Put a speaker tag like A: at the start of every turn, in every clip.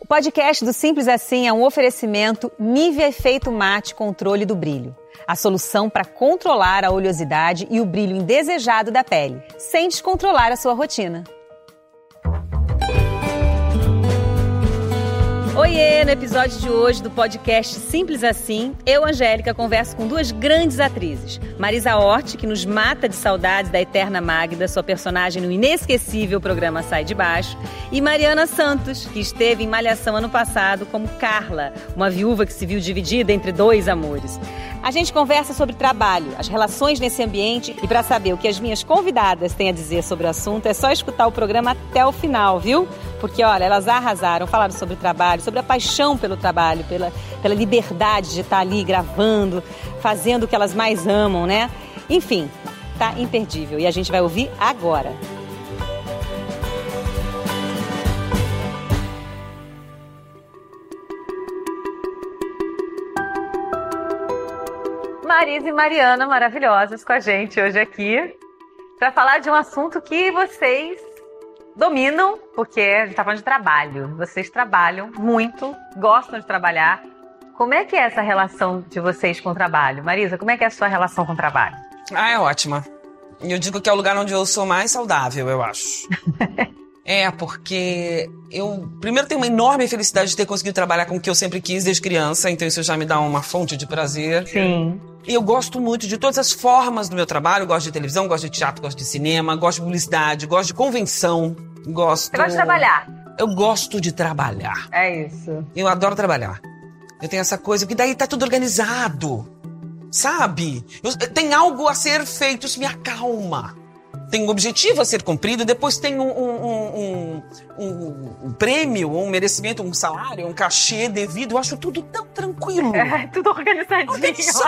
A: O podcast do Simples Assim é um oferecimento Nivea Efeito Mate Controle do Brilho. A solução para controlar a oleosidade e o brilho indesejado da pele, sem descontrolar a sua rotina. Oiê! No episódio de hoje do podcast Simples Assim, eu, Angélica, converso com duas grandes atrizes. Marisa Hort, que nos mata de saudades da Eterna Magda, sua personagem no inesquecível programa Sai de Baixo, e Mariana Santos, que esteve em Malhação ano passado como Carla, uma viúva que se viu dividida entre dois amores. A gente conversa sobre trabalho, as relações nesse ambiente e para saber o que as minhas convidadas têm a dizer sobre o assunto é só escutar o programa até o final, viu? Porque, olha, elas arrasaram, falaram sobre o trabalho, sobre a paixão pelo trabalho, pela, pela liberdade de estar ali gravando, fazendo o que elas mais amam, né? Enfim, tá imperdível e a gente vai ouvir agora. Marisa e Mariana maravilhosas com a gente hoje aqui para falar de um assunto que vocês dominam, porque a gente está falando de trabalho. Vocês trabalham muito, gostam de trabalhar. Como é que é essa relação de vocês com o trabalho? Marisa, como é que é a sua relação com o trabalho?
B: Ah, é ótima. E eu digo que é o lugar onde eu sou mais saudável, eu acho. é, porque eu, primeiro, tenho uma enorme felicidade de ter conseguido trabalhar com o que eu sempre quis desde criança, então isso já me dá uma fonte de prazer.
A: Sim.
B: E eu gosto muito de todas as formas do meu trabalho. Eu gosto de televisão, gosto de teatro, gosto de cinema, gosto de publicidade, gosto de convenção, gosto.
A: Você gosta de trabalhar?
B: Eu gosto de trabalhar.
A: É isso.
B: Eu adoro trabalhar. Eu tenho essa coisa que daí tá tudo organizado. Sabe? Eu- tem algo a ser feito, isso me acalma. Tem um objetivo a ser cumprido, depois tem um, um- um- um- um- um prêmio, um merecimento, um salário, um cachê devido. Eu acho tudo tão tranquilo.
A: É, tudo organizadinho.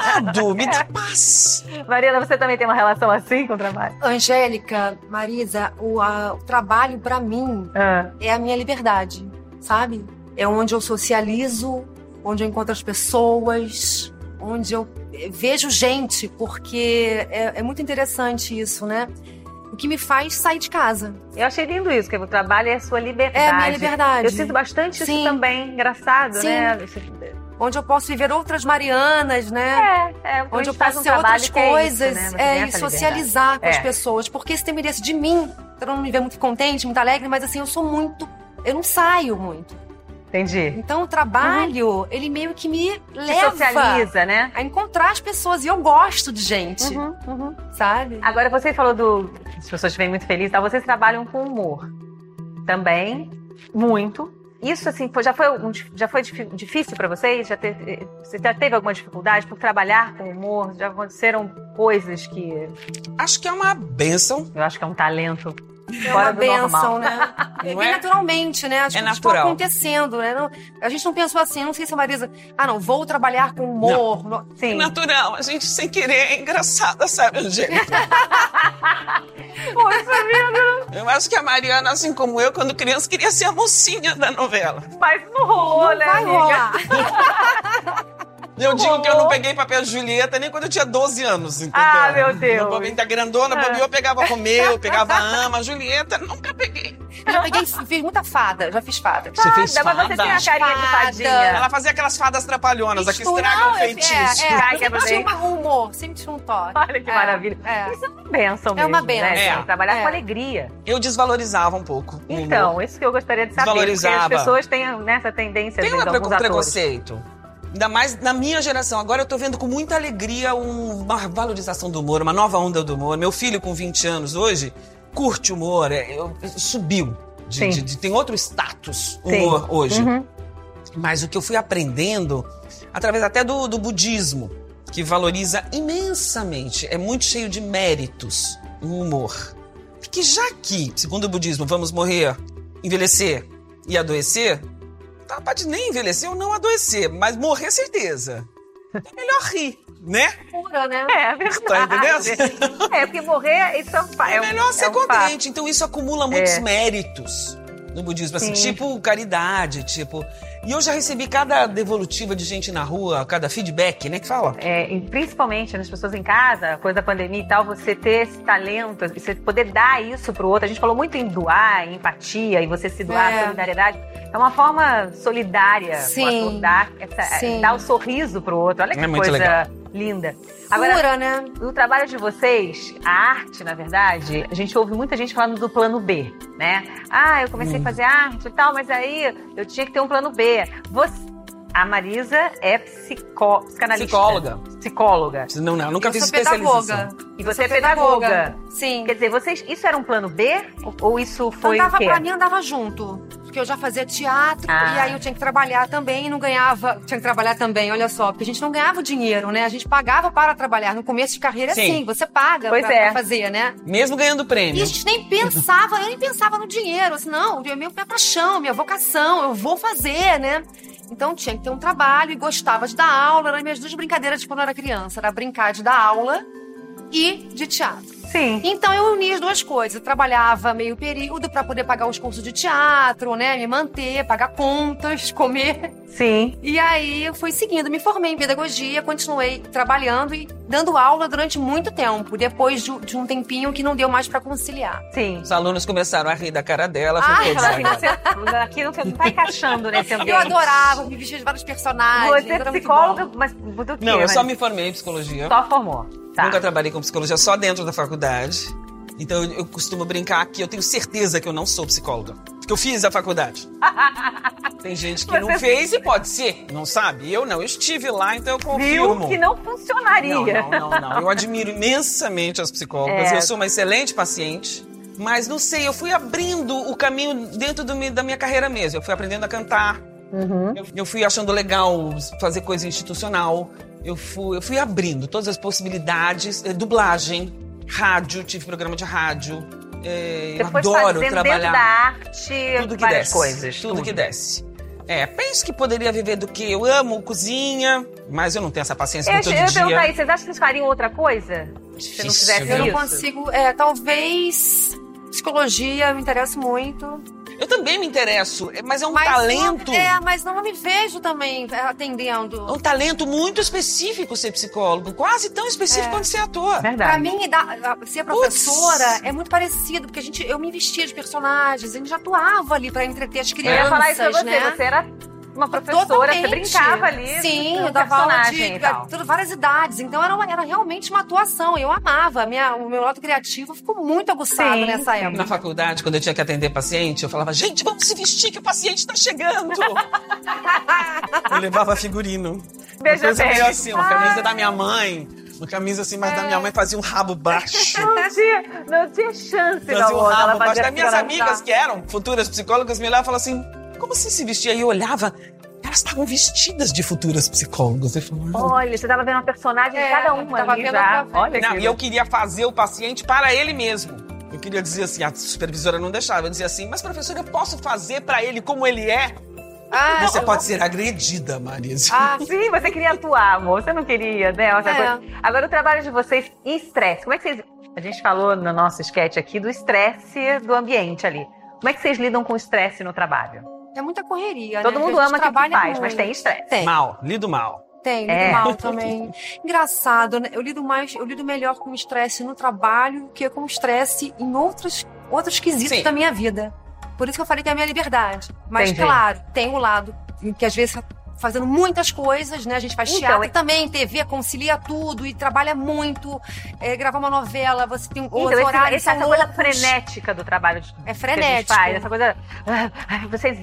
B: Organizado, me dá paz.
A: Mariana, você também tem uma relação assim com o trabalho?
C: Angélica, Marisa, o, a- o trabalho pra mim
A: Ah.
C: é a minha liberdade, sabe? É onde eu socializo, onde eu encontro as pessoas, onde eu eh, vejo gente, porque é, é muito interessante isso, né? O que me faz sair de casa.
A: Eu achei lindo isso, que o trabalho é a sua liberdade.
C: É a minha liberdade.
A: Eu sinto bastante isso
C: Sim.
A: também. Engraçado,
C: Sim.
A: né? Isso-
C: Onde eu posso viver outras Marianas, né?
A: É, é porque a
C: onde
A: gente
C: eu
A: faz
C: posso
A: um
C: ser
A: trabalho
C: outras
A: que é isso,
C: coisas,
A: né? Você
C: é,
A: tem
C: e
A: essa liberdade.
C: socializar com as
A: É.
C: pessoas, porque esse tem merece de mim. Todo mundo me vê muito contente, muito alegre, mas assim, eu sou muito. Eu não saio muito.
A: Entendi.
C: Então o trabalho, ele meio que me
A: Se
C: leva
A: Uhum. socializa, né?
C: a encontrar as pessoas. E eu gosto de gente,
A: Uhum, uhum.
C: sabe?
A: Agora, você falou do... As pessoas vêm muito felizes, tá? Vocês trabalham com humor. Também. Muito. Isso, assim, foi- já foi, um dif- já foi dif- difícil pra vocês? Já teve, você já teve alguma dificuldade por trabalhar com humor? Já aconteceram coisas que...
B: Acho que é uma benção.
A: Eu acho que é um talento
C: É
A: fora
C: uma
A: do
C: benção,
A: normal.
C: né? É
B: Não
C: bem
B: é?
C: naturalmente, né? As
B: É
C: coisas
B: natural.
C: foram acontecendo, né? Não- a gente não pensou assim, não sei se a Marisa. Ah, não, vou trabalhar com humor. Não.
B: É
A: Sim.
B: natural. A gente sem querer é engraçada, sabe, Angélica?
A: Poxa vida,
B: Eu acho que a Mariana, assim como eu, quando criança, queria ser a mocinha da novela.
A: mas não rolou, né,
C: Vai
A: amiga?
C: rolar.
B: Eu digo que eu não peguei papel de Julieta nem quando eu tinha 12 anos, entendeu?
A: Ah, meu Deus.
B: Meu povinho tá grandona,
A: Ah.
B: bobeou, eu pegava Romeu, eu pegava Ama, Julieta, nunca peguei.
C: Já peguei, fiz muita fada, já fiz fada.
B: Você fez
A: Fada, mas você tem a
B: fada?
A: carinha de
C: Fada.
A: fadinha.
B: Ela fazia aquelas fadas trapalhonas, aqui
C: Mistura-
B: estragam o
C: não, é-
B: feitiço.
C: É,
A: Estraga
C: é, sempre
A: também.
C: tinha um humor, sempre tinha um toque.
A: Olha que
C: É,
A: maravilha.
C: é.
A: Isso é uma benção mesmo,
C: É uma
A: Né?
C: bênção.
A: Assim, Trabalhar
C: É.
A: com alegria.
B: Eu desvalorizava um pouco. o humor.
A: Então, isso que eu gostaria de saber. Porque as
B: Desvalorizava.
A: pessoas têm nessa tendência,
B: Tem
A: às vezes,
B: um
A: alguns
B: prego-
A: atores.
B: preconceito. Ainda mais na minha geração. Agora eu tô vendo com muita alegria um- uma valorização do humor, uma nova onda do humor. Meu filho, com 20 anos hoje, curte humor, é, eu- subiu. de-
A: Sim.
B: de- de- tem outro status
A: Sim.
B: humor hoje.
A: Uhum.
B: Mas o que eu fui aprendendo, através até do, do budismo, que valoriza imensamente, é muito cheio de méritos o humor. Porque já que, segundo o budismo, vamos morrer, envelhecer e adoecer, tá, pode nem envelhecer ou não adoecer, mas morrer certeza. É melhor rir, né?
C: Pura, né?
A: É, é verdade.
B: Tá entendendo?
A: É, porque morrer, isso é um fa-
B: É,
A: um-
B: melhor ser
A: é um fato.
B: contente. Então isso acumula muitos
A: É.
B: méritos no budismo, assim,
A: Sim.
B: tipo caridade, tipo E eu já recebi cada devolutiva de gente na rua, cada feedback, né, que fala.
A: É, e principalmente nas pessoas em casa, coisa da pandemia e tal, você ter esse talento, você poder dar isso pro outro. A gente falou muito em doar, em empatia, e você se doar,
C: É.
A: solidariedade. É uma forma solidária,
C: Sim.
A: com a- dar, essa- é,
C: Sim.
A: dar o sorriso pro outro. Olha que
B: É muito
A: coisa
B: legal.
A: linda.
C: Agora,
A: Agora,
C: né?
A: no trabalho de vocês, a arte, na verdade, a gente ouve muita gente falando do plano B, né? Ah, eu
B: Hum.
A: comecei a fazer arte e tal, mas aí eu tinha que ter um plano B. Você- a Marisa é psico, psicanalista.
B: Psicóloga.
A: Psicóloga.
B: Não, não, nunca
C: eu
B: fiz
C: sou
A: é
C: pedagoga.
B: especialização.
A: E
C: Eu
A: você
C: sou
A: é pedagoga.
C: Sim.
A: Quer dizer, vocês, isso era um plano B? Ou- Ou isso foi
C: andava
A: o quê?
C: Então pra mim, andava junto. Porque eu já fazia teatro
A: Ah.
C: e aí eu tinha que trabalhar também e não ganhava. Tinha que trabalhar também, olha só. Porque a gente não ganhava o dinheiro, né? A gente pagava para trabalhar. No começo de carreira,
B: Sim.
C: sim, você paga
A: Pois
C: pra,
A: é.
C: pra fazer, né?
B: Mesmo ganhando
C: E a
B: prêmio.
C: gente nem pensava, eu nem pensava no dinheiro. Assim, não, é minha, minha paixão, minha vocação, eu vou fazer, né? Então tinha que ter um trabalho e gostava de dar aula. Eram minhas duas brincadeiras de quando eu era criança. Era brincar de dar aula e de teatro.
A: Sim.
C: Então eu uni as duas coisas. Eu trabalhava meio período pra poder pagar os cursos de teatro, né? Me manter, pagar contas, comer.
A: Sim.
C: E aí eu fui seguindo, me formei em pedagogia, continuei trabalhando e dando aula durante muito tempo. Depois de, de um tempinho que não deu mais pra conciliar.
A: Sim. Então, assim,
B: Os alunos começaram a rir da cara dela.
C: Ah,
B: Foi
A: Aqui
B: ah,
A: não, aqui não não tá encaixando nesse ambiente.
C: Eu adorava, me vestia de vários personagens.
A: Você é
C: era muito
A: psicóloga,
C: bom.
A: mas do quê?
B: não, eu
A: Mas
B: só me formei em psicologia.
A: Só formou. Tá.
B: Nunca trabalhei com psicologia, só dentro da faculdade. Então eu, eu costumo brincar que eu tenho certeza que eu não sou psicóloga. Porque eu fiz a faculdade. Tem gente que não
A: Você-
B: fez e pode ser, não sabe? Eu não, eu estive lá, então eu confirmo.
A: Viu que não funcionaria.
B: Não, não, não, não. Eu admiro imensamente as psicólogas.
A: É.
B: Eu sou uma excelente paciente. Mas não sei, eu fui abrindo o caminho dentro do mi- da minha carreira mesmo. Eu fui aprendendo a cantar.
A: Uhum.
B: Eu, eu fui achando legal fazer coisa institucional. Eu fui, eu fui abrindo todas as possibilidades. Eh, dublagem, rádio, tive programa de rádio. Eh,
A: Você
B: eu
A: foi
B: adoro
A: fazendo dentro da
B: trabalhar.
A: arte,
B: Tudo que
A: várias
B: desce.
A: coisas.
B: Tudo, que desce. É, penso que poderia viver do que eu amo, cozinha, mas eu não tenho essa paciência
A: Eu,
B: pra todo
A: eu ia
B: dia.
A: perguntar aí, vocês acham que vocês fariam outra coisa?
B: Difícil,
A: não fizesse
B: viu?
C: Eu não
A: Isso.
C: consigo. É, talvez. Psicologia, me interessa muito.
B: Eu também me interesso, é- mas é um
C: Mas
B: talento.
C: Não, é, mas não me vejo também é, atendendo.
A: Oh,
B: É um talento muito específico ser psicólogo, quase tão específico quanto ser ator.
C: Pra
A: Verdade.
C: mim, da- a- ser professora é muito parecido, porque a gente, eu me vestia de personagens, a gente atuava ali pra entreter as
A: eu
C: crianças,
A: ia falar isso pra você.
C: né?
A: Você era uma professora, você
C: Totalmente.
A: brincava ali.
C: Sim,
A: com
C: eu dava aula de
A: personagem e tal.
C: de várias idades. Então era, uma- era realmente uma atuação. Eu amava. A Minha, o meu lado criativo ficou muito aguçado
A: Sim,
C: nessa
A: sim.
C: época.
B: Na faculdade, quando eu tinha que atender paciente, eu falava, gente, vamos se vestir que o paciente está chegando. eu levava figurino.
A: Veja
B: uma coisa
A: bem.
B: meio assim, uma camisa da minha mãe, uma camisa assim, mas da minha mãe fazia um rabo baixo.
A: Não tinha, não tinha chance da
B: Fazia um
A: outra.
B: rabo
A: Ela
B: baixo.
A: fazia
B: Das minhas
A: aquilo, ela-
B: amigas que eram futuras psicólogas me olhavam e falavam assim, como assim se vestia? E eu olhava, elas estavam vestidas de futuras psicólogas. Eu falava, "Ah,
A: Olha, você tava vendo uma personagem de
C: É,
A: cada uma
C: tava
A: ali
C: vendo
A: já.
C: uma-
A: Olha
B: Não,
A: que
B: e eu queria fazer o paciente para ele mesmo. Eu queria dizer assim, a supervisora não deixava. Eu dizia assim, mas professora, eu posso fazer para ele como ele é?
C: Ah,
B: Você
C: eu-
B: pode ser agredida, Marisa.
C: Ah,
A: Sim, você queria atuar, amor. Você não queria, né? Essa
C: É.
A: coisa. Agora, o trabalho de vocês e estresse. Como é que vocês. A gente falou no nosso sketch aqui do estresse do ambiente ali. Como é que vocês lidam com o estresse no trabalho?
C: é muita correria,
A: Todo
C: né?
A: mundo
C: A
A: ama
C: gente
A: o que
C: trabalha
A: faz, mas
C: muito.
A: tem estresse.
C: Tem.
B: Mal, lido mal.
C: Tem,
A: É.
C: lido mal também. Engraçado, né? Eu lido mais, eu lido melhor com estresse no trabalho que com estresse em outros, outros quesitos
B: Sim.
C: da minha vida. Por isso que eu falei que é a minha liberdade. Mas,
A: Entendi.
C: claro, tem o lado em que às vezes tá fazendo muitas coisas, né? A gente faz
A: Então,
C: teatro
A: é-
C: também, TV, concilia tudo e trabalha muito. É, gravar uma novela, você tem
A: Então,
C: os
A: esse-
C: horários
A: essa
C: são
A: coisa
C: loucos.
A: frenética do trabalho de,
C: É
A: que a gente
C: frenético.
A: faz, essa coisa. Ah, Vocês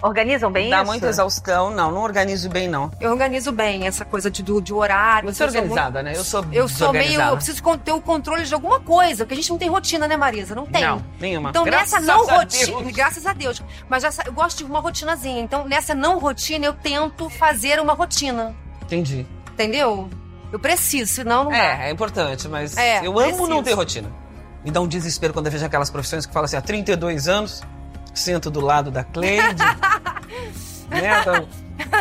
A: organizam bem
B: Dá
A: isso?
B: muita exaustão. Não, não organizo bem, não.
C: Eu organizo bem essa coisa de, do, de horário.
B: Você é
C: eu sou muito-
B: organizada, né? Eu sou
C: Eu sou meio. Eu
B: desorganizada.
C: preciso con- ter o controle de alguma coisa, porque a gente não tem rotina, né, Marisa? Não tem.
B: Não, nenhuma.
C: Então,
B: Graças
C: nessa não
B: a
C: rotina.
B: Deus.
C: Graças a Deus. Mas essa- eu gosto de uma rotinazinha. Então, nessa não rotina, eu tento fazer uma rotina.
B: Entendi.
C: Entendeu? Eu preciso, senão não dá.
B: É, é importante, mas
C: É,
B: eu amo
C: preciso.
B: não ter rotina. Me dá um desespero quando eu vejo aquelas profissões que falam assim, há 32 anos, sento do lado da Cleide. né? Dá um-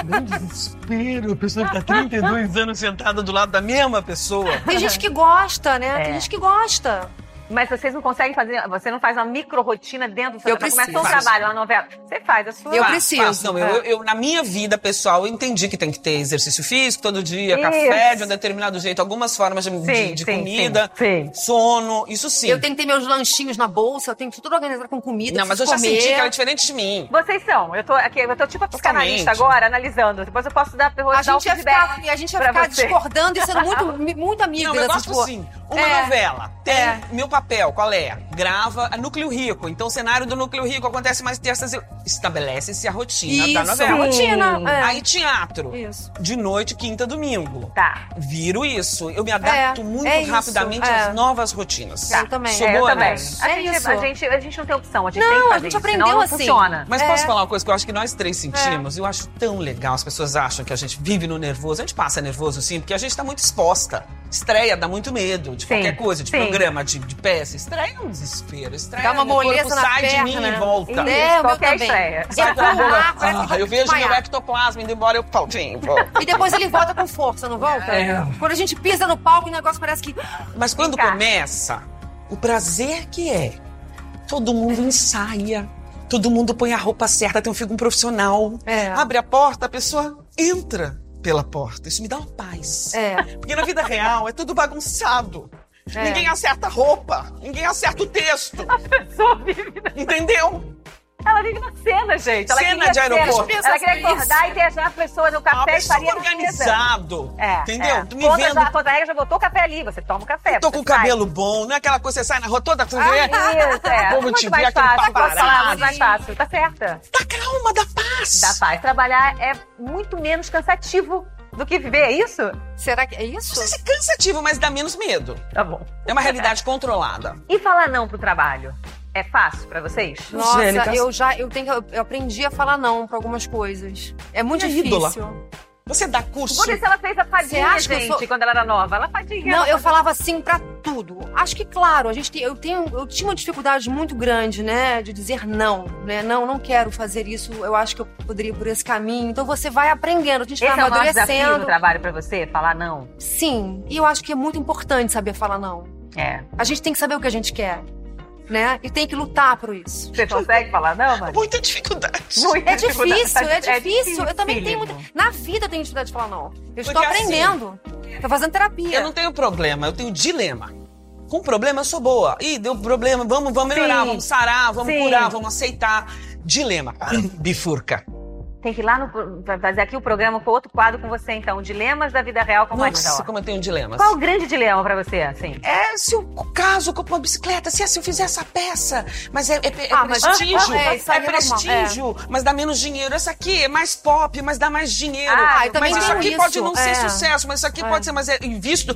B: Dá um desespero, a pessoa que tá 32 anos sentada do lado da mesma pessoa.
C: Tem gente que gosta, né?
A: É.
C: Tem gente que gosta.
A: Mas vocês não conseguem fazer, você não faz uma micro rotina dentro do seu
C: Eu
A: trabalho.
C: preciso.
A: Começou um
B: Faço.
A: trabalho, uma novela. Você faz a sua.
C: Eu
B: Fa-
C: preciso. é.
B: faço. Ah, Não, eu, eu- na minha vida pessoal, eu entendi que tem que ter exercício físico todo dia,
A: Isso.
B: café de um determinado jeito, algumas formas de, de-
A: Sim,
B: de
A: sim,
B: comida,
A: sim, sim.
B: sono, isso sim.
C: Eu tenho que ter meus lanchinhos na bolsa, eu tenho que tudo organizado com comida.
B: não, mas eu já
C: preciso comer.
B: senti que ela é diferente de mim.
A: Vocês são. Eu tô aqui, eu tô tipo a psicanalista
B: Totalmente.
A: agora, analisando. Depois eu posso dar, vou dar
C: A
A: o
C: gente ia ficar,
A: feedback.
C: e a gente ia
A: pra
C: ficar
A: você.
C: discordando e sendo muito, muito amiga.
B: Não, eu
C: assim,
B: gosto
C: tipo,
B: assim. Uma
C: é.
B: novela. Tem
C: É.
B: meu papel, qual é? Grava a Núcleo Rico. Então, o cenário do Núcleo Rico acontece mais terças e. Estabelece-se a rotina da
C: Isso,
B: Tá novela.
C: rotina. é.
B: Aí, teatro.
C: Isso.
B: De noite, quinta, domingo.
A: Tá.
B: Viro isso. Eu me adapto
C: É,
B: muito
C: é isso,
B: rapidamente
C: é.
B: às novas rotinas.
C: Tá. Eu também.
B: Sou
A: É, eu
B: boa
A: também.
B: nisso.
A: A,
C: É
A: gente,
C: isso.
A: a, gente, a gente não tem opção, a gente
C: Não,
A: tem que
C: a
A: fazer
C: gente
A: isso, senão
C: aprendeu
A: não
C: assim.
A: funciona.
B: Mas
C: É.
B: posso falar uma coisa que eu acho que nós três sentimos? Eu acho tão legal. As pessoas acham que a gente vive no nervoso. A gente passa nervoso, sim, porque a gente tá muito exposta. Estreia dá muito medo de
A: Sim,
B: qualquer coisa, de
A: sim.
B: programa, de, de peça. Estreia é um desespero. Estreia
C: Dá uma
B: meu corpo
C: moleza na
B: sai
C: perna.
B: de mim e volta.
A: Isso,
C: É, o meu
A: qualquer
C: também.
A: estreia.
C: Eu vou lá, parece que
B: Ah,
C: vou
B: eu vejo meu
C: desmaiar.
B: ectoplasma indo embora, eu falo, sim, vou.
C: E depois ele volta com força, não volta?
B: É.
C: Quando a gente pisa no palco, o negócio parece que.
B: Mas quando
A: cá.
B: começa, o prazer que é. Todo mundo
A: É.
B: ensaia, todo mundo põe a roupa certa, tem um figo profissional.
C: É.
B: Abre a porta, a pessoa entra pela porta. Isso me dá uma paz.
C: É.
B: Porque na vida real é tudo bagunçado.
C: É.
B: Ninguém acerta a roupa, ninguém acerta o texto,
A: Ah, Sua vida.
B: entendeu?
A: Ela vive na cena, gente. Ela
B: Cena
A: queria
B: de
A: ser-
B: aeroporto.
A: Ela queria acordar e viajar as pessoas no
B: uma
A: café e
B: pessoa
A: estaria tá na mesa.
B: Ah, organizado,
A: É,
B: entendeu?
A: é.
B: Tu Me
A: Contra-
B: vendo,
A: a contra-regra já botou o café ali, você toma o café.
B: tô
A: você
B: com o
A: sai.
B: cabelo bom, não é aquela coisa que você sai na rua toda...
A: Ah, isso, é.
B: O povo
A: muito
B: te vê
A: mais
B: aquele
A: fácil, posso falar,
B: paparazzi.
A: muito mais fácil. Tá certa.
B: Dá calma, dá paz.
A: Dá paz. Trabalhar é muito menos cansativo do que viver, é isso?
C: Será que é
B: Não
C: isso?
B: sei se é cansativo, mas dá menos medo.
A: Tá bom.
B: É uma realidade controlada.
A: E falar não pro trabalho? É fácil pra vocês?
C: Nossa,
B: Angélica.
C: eu já eu tenho que- eu aprendi a falar não pra algumas coisas. É muito
B: Minha ídola.
C: difícil.
B: Você dá curso.
A: Por isso ela fez a
C: Você
A: fadinha,
C: acha que eu
A: gente,
C: sou-
A: quando ela era nova. Ela fadinha.
C: Não,
A: ela
C: eu falava sim pra tudo. Acho que claro, a gente tem- eu tenho eu tinha uma dificuldade muito grande, né, de dizer não, né? Não, não quero fazer isso. Eu acho que eu poderia ir por esse caminho. Então você vai aprendendo, a gente
A: Esse
C: vai
A: é o maior desafio do
C: amadurecendo.
A: trabalho pra você? Falar não?
C: Sim, e eu acho que é muito importante saber falar não.
A: É.
C: A gente tem que saber o que a gente quer, né? E tem que lutar por isso.
A: Você consegue falar não, Mari?
B: é Muita dificuldade.
A: Muita
C: É difícil,
A: dificuldade.
C: é difícil. Eu também tenho muita.
A: dificílimo.
C: Na vida eu tenho dificuldade de falar não. Eu estou
B: Porque
C: aprendendo. Tô fazendo terapia.
B: Eu não tenho problema, eu tenho dilema. Com problema eu sou boa. Ih, deu problema, vamos, vamos melhorar,
A: Sim.
B: vamos sarar, vamos
A: Sim.
B: curar, vamos aceitar. Dilema. Bifurca.
A: Tem que ir lá no, pra fazer aqui o programa com outro quadro com você, então. Dilemas da vida real com
B: Nossa,
A: Marisa.
B: como eu tenho dilemas.
A: Qual o grande dilema pra você, assim?
B: É se eu caso com uma bicicleta, se, é se eu fizer essa peça, mas é, é- é
C: Ah, mas-
B: prestígio,
C: ah, é,
B: é,
C: isso aí é normal,
B: prestígio, mas dá menos dinheiro. Essa aqui é mais pop, mas dá mais dinheiro.
A: Ah, eu
C: também
B: mas isso
C: tenho
B: aqui
C: isso,
B: pode não
C: é.
B: ser sucesso, mas isso aqui
C: É.
B: pode ser, mas é invisto.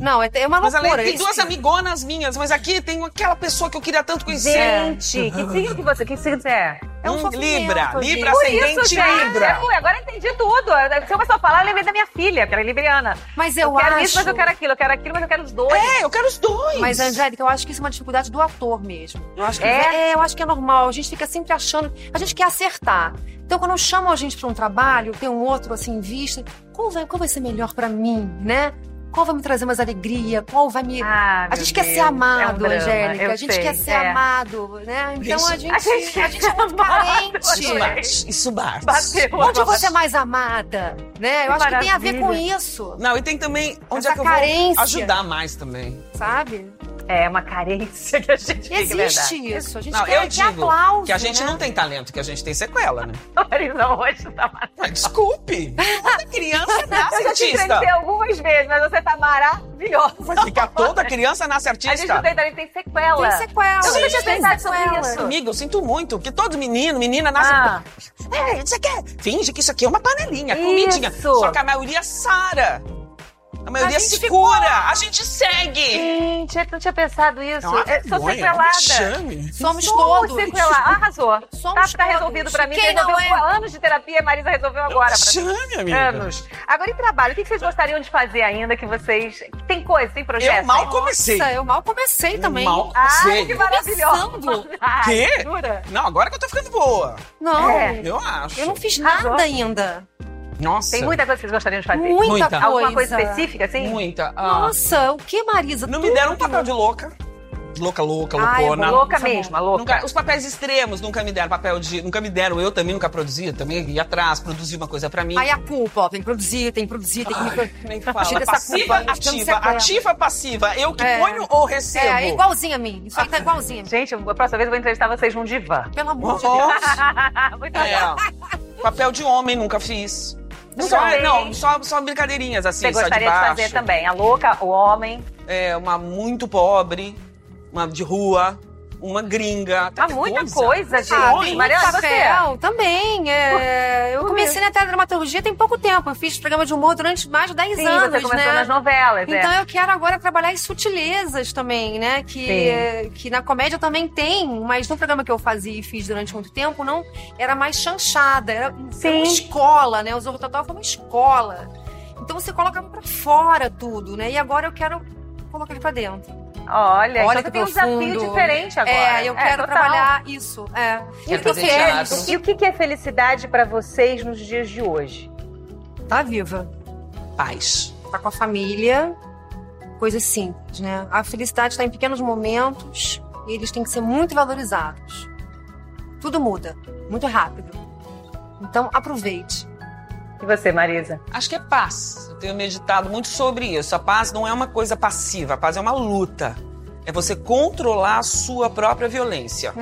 C: Não, é, é uma
B: Mas
C: loucura.
B: ela tem
C: isso.
B: duas amigonas minhas, mas aqui tem aquela pessoa que eu queria tanto conhecer.
A: Gente, É. que signo que você, que signo você é?
C: É um
B: Hum,
C: sofrimento,
B: Libra,
C: gente.
B: Libra
A: Por
B: ascendente
A: isso, gente, é,
B: Libra.
A: fui, agora eu entendi tudo. Se eu começar a falar, eu lembrei da minha filha, que ela é libriana.
C: Mas eu,
A: quero
C: acho.
A: isso, mas eu quero aquilo. Eu quero aquilo, mas eu quero os dois.
B: É, eu quero os dois.
C: Mas, Angélica, eu acho que isso é uma dificuldade do ator mesmo. Eu acho que
A: É?
C: é, eu acho que é normal. A gente fica sempre achando. A gente quer acertar. Então, quando chamam a gente pra um trabalho, tem um outro assim em vista, qual vai, qual vai ser melhor pra mim, né? Qual vai me trazer mais alegria? Qual vai me.
A: Ah, meu
C: a gente quer
A: Deus,
C: ser
A: é um
C: amado,
A: drama, eu
C: Angélica. A gente
A: sei,
C: quer ser
A: é.
C: amado, né? Então a
B: Isso.
C: gente,
A: A gente-
C: a gente é muito carente.
B: Isso bate, isso bate.
A: Bateu.
C: Onde você é mais amada, né? Eu
A: Que
C: acho que tem a ver
A: maravilha.
C: com isso,
B: Não, e tem também onde
C: Essa
B: é que eu
C: carência.
B: vou ajudar mais também.
C: sabe?
A: É uma carência que a gente tem, que
C: Existe
A: verdade.
C: isso. A gente
B: Não,
C: quer
B: eu
C: ter
B: digo
C: aplauso,
B: que a gente
C: né?
B: não tem talento, que a gente tem sequela, né?
A: Marisa, hoje tá maravilhosa.
B: Ué, desculpe. Toda criança nasce
A: Eu já te
B: artista.
A: entrevistei algumas vezes, mas você tá maravilhosa.
B: Vai ficar toda criança nasce
A: A gente
B: artista.
A: tem, também tem sequela.
C: Tem sequela.
A: Eu nunca tinha
C: Tem
A: pensado sobre
C: sequela.
A: isso.
B: Amiga, eu sinto muito, porque todo menino, menina nasce.
A: Ah,
B: É, isso aqui é. Finge que isso aqui é uma panelinha,
A: Isso.
B: comidinha. Só que a maioria sara. A maioria
C: A gente
B: se
C: ficou-
B: cura, a gente segue.
A: gente, eu não tinha pensado isso.
B: É uma
A: Eu sou
B: vergonha, é um
A: sequelada.
B: vexame.
C: Somos
A: Sou
C: todos. Tipo,
A: sequelada. Arrasou.
C: Somos
A: é tá, tá
C: todos.
A: resolvido pra mim.
C: Quem
A: resolveu
C: não é?
A: com anos de terapia, Marisa resolveu agora pra mim.
B: Vexame, amiga.
A: Anos. Agora, e trabalho? O que que vocês gostariam de fazer ainda que vocês... Tem coisa, tem projeto?
B: Eu mal
A: hein?
B: comecei.
C: Nossa, eu mal comecei também.
B: Hum, Mal
A: Ah,
B: comecei.
A: que maravilhoso.
C: Começando.
A: Ai,
B: Quê?
A: Ah, Jura?
B: Não, agora que eu tô ficando boa.
C: Não,
A: É.
B: Eu acho.
C: eu não fiz
A: Arrasou.
C: nada ainda.
B: Nossa.
A: Tem muita coisa que vocês gostariam de fazer?
C: Muita,
B: Muita.
C: coisa.
A: Alguma coisa específica, assim?
B: Muita. Ah,
C: Nossa, o que, Marisa?
B: não
C: Tudo
B: me deram um
C: que
B: papel de louca. Louca, louca,
C: Ah, é
B: loucona.
C: bom.
A: Louca
C: Tá bom.
A: mesmo, a louca.
B: Nunca- os papéis extremos nunca me deram. Papel de. Nunca me deram. Eu também nunca produzia, também ia atrás, produzia uma coisa pra mim.
C: Aí a culpa, ó, tem que produzir, tem que produzir, tem que me produzir.
B: Nem
C: Tira
B: fala.
C: essa
B: Passiva,
C: culpa, nós temos
B: ativa.
C: sequela.
B: Ativa, passiva. Eu que
C: É.
B: ponho ou recebo?
C: É, é igualzinho a mim. Isso aí tá igualzinho a mim.
A: Gente, a próxima vez eu vou entrevistar vocês num divã.
C: Pelo amor de Deus.
B: Nossa.
A: Muito legal.
B: É. Papel de homem nunca fiz.
A: Nunca
B: Só,
A: fez?
B: não, só, só brincadeirinhas assim,
A: Você
B: só de
A: gostaria de,
B: baixo.
A: fazer também. A louca, o homem.
B: É, uma muito pobre, uma de rua, uma gringa.
A: Há
B: tanta
A: muita coisa, gente.
B: Ah, tem
A: Mariana, você?
C: papel também. é, eu comecei na teledramaturgia tem pouco tempo. Eu fiz programa de humor durante mais de 10
A: Sim,
C: anos,
A: você começou
C: né?
A: nas novelas,
C: Então
A: é.
C: eu quero agora trabalhar em sutilezas também, né? Que,
A: Sim.
C: que na comédia também tem, mas no programa que eu fazia e fiz durante muito tempo, não era mais chanchada, era, era
A: Sim.
C: uma escola, né? O Zorro Total foi uma escola. Então você colocava pra fora tudo, né? E agora eu quero colocar ele pra dentro.
A: Olha,
C: Olha
A: então você
C: que
A: tem um
C: profundo.
A: desafio diferente agora.
C: é, eu quero
A: total.
C: trabalhar isso. É.
B: Quero
C: Então,
B: fazer
C: feliz.
B: teatro.
A: E o que que é felicidade pra vocês nos dias de hoje?
C: Tá viva.
B: Paz.
C: tá com a família, coisas simples, né? A felicidade está em pequenos momentos e eles têm que ser muito valorizados. Tudo muda, muito é rápido. Então aproveite.
A: E você, Marisa?
B: Acho que é paz. Eu tenho meditado muito sobre isso. A paz não é uma coisa passiva, a paz é uma luta. É você controlar a sua própria violência.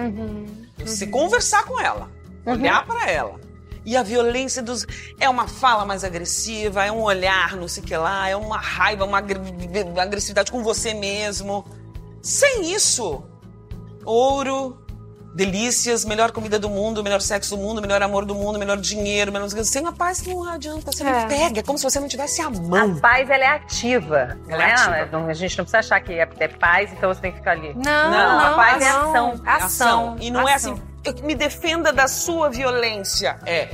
B: Você conversar com ela, olhar pra ela. E a violência dos. É uma fala mais agressiva, é um olhar, não sei o que lá, é uma raiva, uma agre- agressividade com você mesmo. Sem isso, ouro, delícias, melhor comida do mundo, melhor sexo do mundo, melhor amor do mundo, melhor dinheiro, melhor. Sem a paz não adianta, você
C: É.
B: não pega, é como se você não tivesse a
A: A
B: mão.
A: paz, ela é ativa.
B: Hum. Ela
A: né?
B: é ativa.
A: Ela- não- A gente não precisa achar que é, é paz, então você tem que ficar ali.
C: Não,
B: Não,
C: não,
A: rapaz, é
C: não.
A: ação.
C: Ação.
B: E não é
C: ação.
B: assim, eu- me defenda da sua violência. É,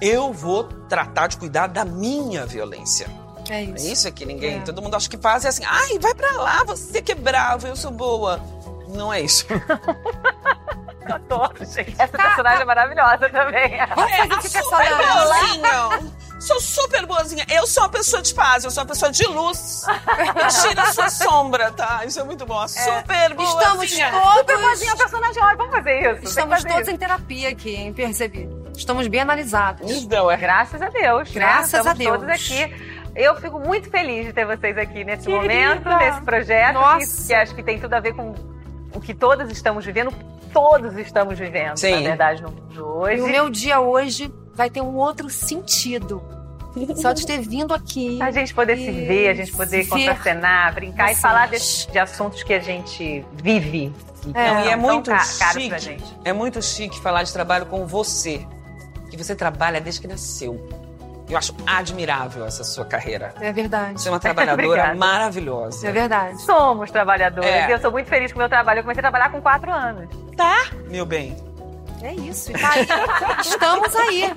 B: eu vou tratar de cuidar da minha violência.
C: É
B: É
C: isso.
B: isso é que ninguém.
C: É.
B: Todo mundo acha que paz é assim, ai, vai pra lá, você que é bravo, eu sou boa. Não é isso.
A: Eu adoro, gente. Essa personagem é maravilhosa também.
C: Vamos fazer
B: Ah,
C: esse
B: super
C: personagem.
B: boazinha. Sou super boazinha. Eu sou uma pessoa de paz, eu sou uma pessoa de luz. Tira a sua sombra, tá? Isso é muito bom. Super boazinha.
C: Estamos
A: Super boazinha,
C: todos,
A: um personagem. Olha, vamos fazer isso. tem que
C: estamos
A: fazer
C: todos
A: isso.
C: em terapia aqui, hein? Percebi. Estamos bem analisados.
B: Então, é.
A: Graças a Deus.
C: Graças
A: né?
C: a
A: Estamos todos
C: Deus.
A: aqui. Eu fico muito feliz de ter vocês aqui nesse
C: Querida.
A: momento, nesse projeto,
C: Nossa.
A: Que, que acho que tem tudo a ver com o que todos estamos vivendo. Todos estamos vivendo,
B: Sim.
A: na verdade, no mundo
C: E
A: hoje.
C: o meu dia hoje vai ter um outro sentido. Só de ter vindo aqui.
A: A gente poder se ver, a gente
C: Se
A: poder
C: ver.
A: contracenar, brincar
C: Vocês.
A: e falar de, de assuntos que a gente vive. que
C: É.
A: são
B: E é
A: tão
B: muito
A: ca- caros pra
B: chique.
A: gente.
B: É muito chique falar de trabalho com você. Que você trabalha desde que nasceu. Eu acho admirável essa sua carreira.
C: É verdade.
B: Você é uma trabalhadora
A: Obrigada.
C: É
B: maravilhosa.
C: verdade.
A: Somos trabalhadores
B: É.
A: e eu sou muito feliz com o meu trabalho. Eu comecei a trabalhar com quatro anos.
B: Meu bem.
C: É isso. e tá aí. Estamos aí.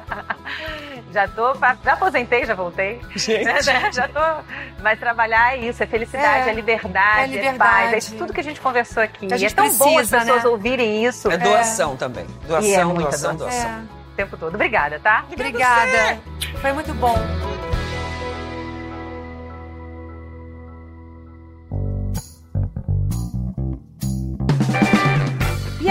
A: Já tô, pa- já aposentei, já voltei.
B: Gente.
A: Né? Já tô. Mas trabalhar é isso, é felicidade,
C: É.
A: é, liberdade,
C: É
A: é,
C: liberdade.
A: paz, é isso tudo que a gente conversou aqui.
C: Que a gente
A: é tão bom as
C: precisa,
A: pessoas
C: né?
A: ouvirem isso
B: É doação também.
A: E é
B: Doação,
A: muita
B: doação, doação.
C: É.
A: o tempo todo. Obrigada, tá?
C: Obrigada. Foi muito bom.
D: E